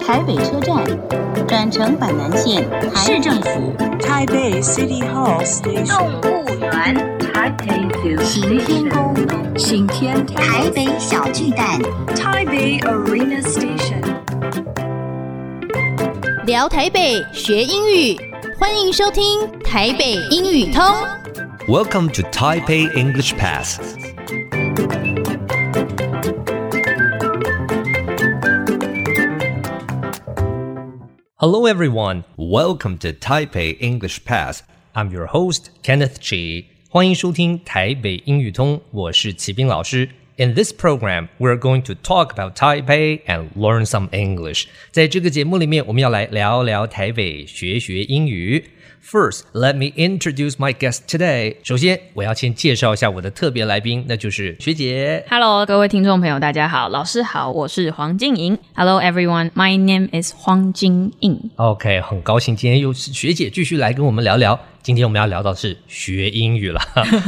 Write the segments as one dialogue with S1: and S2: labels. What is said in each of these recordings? S1: 台北车站，转乘板南线台
S2: 市
S1: 北
S2: 政府 Taipei City Hall Station
S3: 动物园、
S1: 行天宫、
S2: 行天台
S1: 台北小巨蛋。
S2: Taipei Arena Station。
S4: 聊台北学英语，欢迎收听《台北英语通》。
S5: Welcome to Taipei English Pass. Hello, everyone. Welcome to Taipei English Pass. I'm your host, Kenneth Chi. 欢迎收听台北英语通，我是齐斌老师。In this program, we're going to talk about Taipei and learn some English. 在这个节目里面，我们要来聊聊台北，学学英语。First, let me introduce my guest today. 首先，我要先介绍一下我的特别来宾，那就是学姐。
S6: Hello，各位听众朋友，大家好，老师好，我是黄静莹。Hello everyone，my name is 黄静莹。
S5: OK，很高兴今天又是学姐继续来跟我们聊聊。今天我们要聊到的是学英 语了。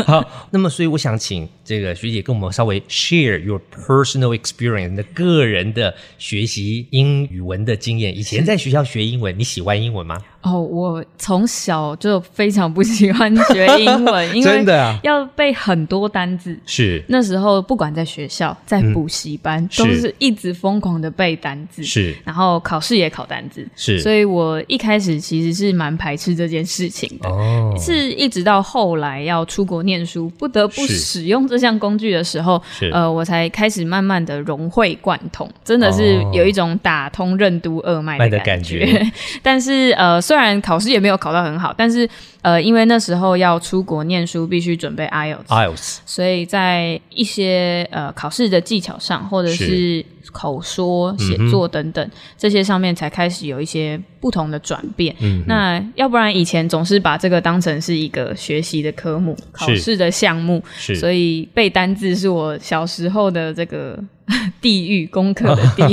S5: 好，那么所以我想请这个学姐跟我们稍微 share your personal experience，你的个人的学习英语文的经验。以前在学校学英文，你喜欢英文吗？
S6: 哦，我从小就非常不喜欢学英文，因 为
S5: 真的啊
S6: 要背很多单字。
S5: 是
S6: 那时候不管在学校，在补习班，
S5: 嗯是
S6: 都是一直疯狂的背单字，
S5: 是
S6: 然后考试也考单字，
S5: 是
S6: 所以我一开始其实是蛮排斥这件事情的。
S5: 哦，
S6: 是一直到后来要出国念书，不得不
S5: 是
S6: 使用这项工具的时候
S5: 是，
S6: 呃，我才开始慢慢的融会贯通，真的是
S5: 哦
S6: 有一种打通任督二脉
S5: 脉
S6: 的
S5: 的
S6: 感
S5: 感觉
S6: 但是呃，虽然考试也没有考到很好，但是呃，因为那时候要出国念书，必须准备 IELTS，、
S5: IELTS
S6: 所以在一些呃考试的技巧上，或者是口说、写作等
S5: 嗯
S6: 等、这些上面，才开始有一些不同的转变。
S5: 嗯哼
S6: 那要不然以前总是把这个当成是一个学习的科目、考试的项目，
S5: 是
S6: 所以背单字是我小时候的这个 地狱功 课的地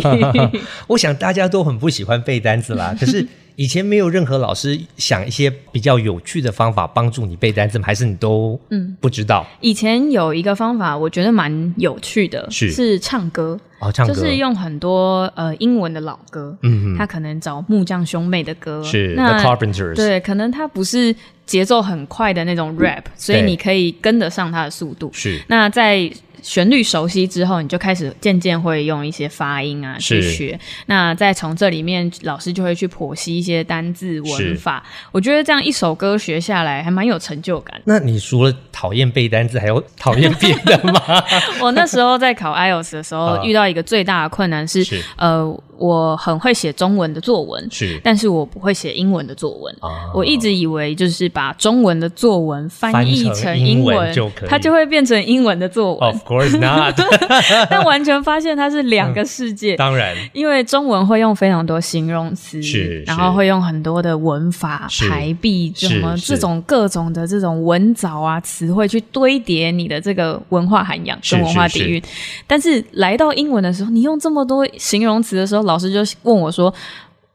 S6: 狱。
S5: 我想大家都很不喜欢背单词啦，可是以前没有任何老师想一些比较有趣的方法帮助你背单词吗，还是你都嗯不知道
S6: 以前有一个方法，我觉得蛮有趣的，
S5: 是
S6: 唱歌。
S5: 哦？唱歌
S6: 就是用很多呃英文的老歌，
S5: 嗯
S6: 他
S5: 哼
S6: 可能找木匠兄妹的歌，
S5: 是 The
S6: 那
S5: Carpenters
S6: 对，可能他不是节奏很快的那种 rap，所以
S5: 对
S6: 你可以跟得上他的速度。
S5: 是
S6: 那在旋律熟悉之后，你就开始渐渐会用一些发音啊去
S5: 是
S6: 学。那再从这里面，老师就会去剖析一些单字
S5: 是
S6: 文法。我觉得这样一首歌学下来，还蛮有成就感的。
S5: 那你除了讨厌背单词，还有讨厌别的 吗？
S6: 我那时候在考 IELTS 的时候
S5: 啊，
S6: 遇到一个最大的困难是，
S5: 是
S6: 呃，我很会写中文的作文，
S5: 是
S6: 但是我不会写英文的作文。
S5: 啊
S6: 我一直以为就是把中文的作文翻译
S5: 翻成英
S6: 英
S5: 文
S6: 文，
S5: 就可以哦
S6: 它就会变成英文的作文，
S5: Of course not，
S6: 但完全发现它是两
S5: 嗯
S6: 个世 界。
S5: 当然
S6: 因为中文会用非常多形容词，
S5: 是
S6: 然
S5: 是
S6: 后会用很多的文法
S5: 是、
S6: 排比
S5: 是
S6: 什么
S5: 是
S6: 这种各种的这种文藻啊词汇去堆叠你的这个文化涵养
S5: 是
S6: 跟文化
S5: 是
S6: 底蕴。但是来到英文的时候，你用这么多形容词的时候，老师就问我说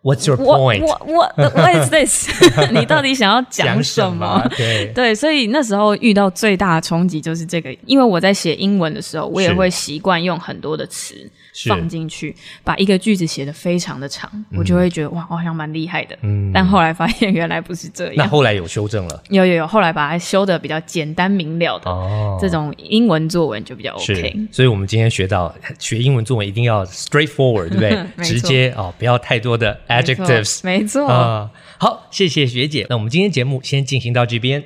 S5: ，What's your
S6: ：“What
S5: point？
S6: what what what is this？你 到底想要讲什
S5: 什
S6: 么？”？
S5: 对，
S6: 对，所以那时候遇到最大的冲击就是这个，因为我在写英文的时候，我也
S5: 是
S6: 会习惯用很多的词
S5: 是
S6: 放进去，把一个句子写得非常的长，我就会觉得哇，我好像蛮厉害的。
S5: 嗯
S6: 但后来发现原来不是这
S5: 那
S6: 样，
S5: 后来有修正了
S6: 有有有，后来把它修的比较简单明了的、
S5: 哦
S6: 这种英文作文就比较
S5: 是
S6: OK。
S5: 所以我们今天学到学英文作文一定要 straightforward，对不对？
S6: 没错
S5: 直接哦，不要太多的
S6: 没错
S5: adjectives
S6: 没错。
S5: 啊。好，谢谢学姐。那我们今天节目先进行到这边。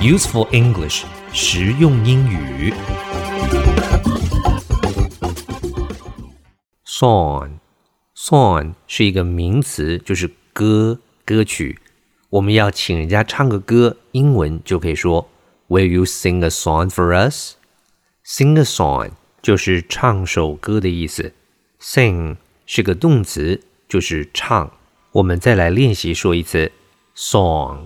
S5: Useful English，实用英语。song song 是一个名词，就是歌歌曲。我们要请人家唱个歌，英文就可以说 Will you sing a song for us? Sing a song 就是唱首歌的意思。Sing 是个动词，就是唱。我们再来练习说一次 song。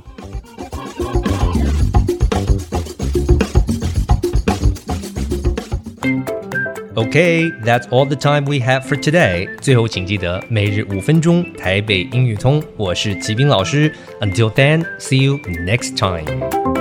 S5: Okay, that's all the time we have for today. 最后，请记得每日五分钟台北英语通，我是齐斌老师。Until then, see you next time.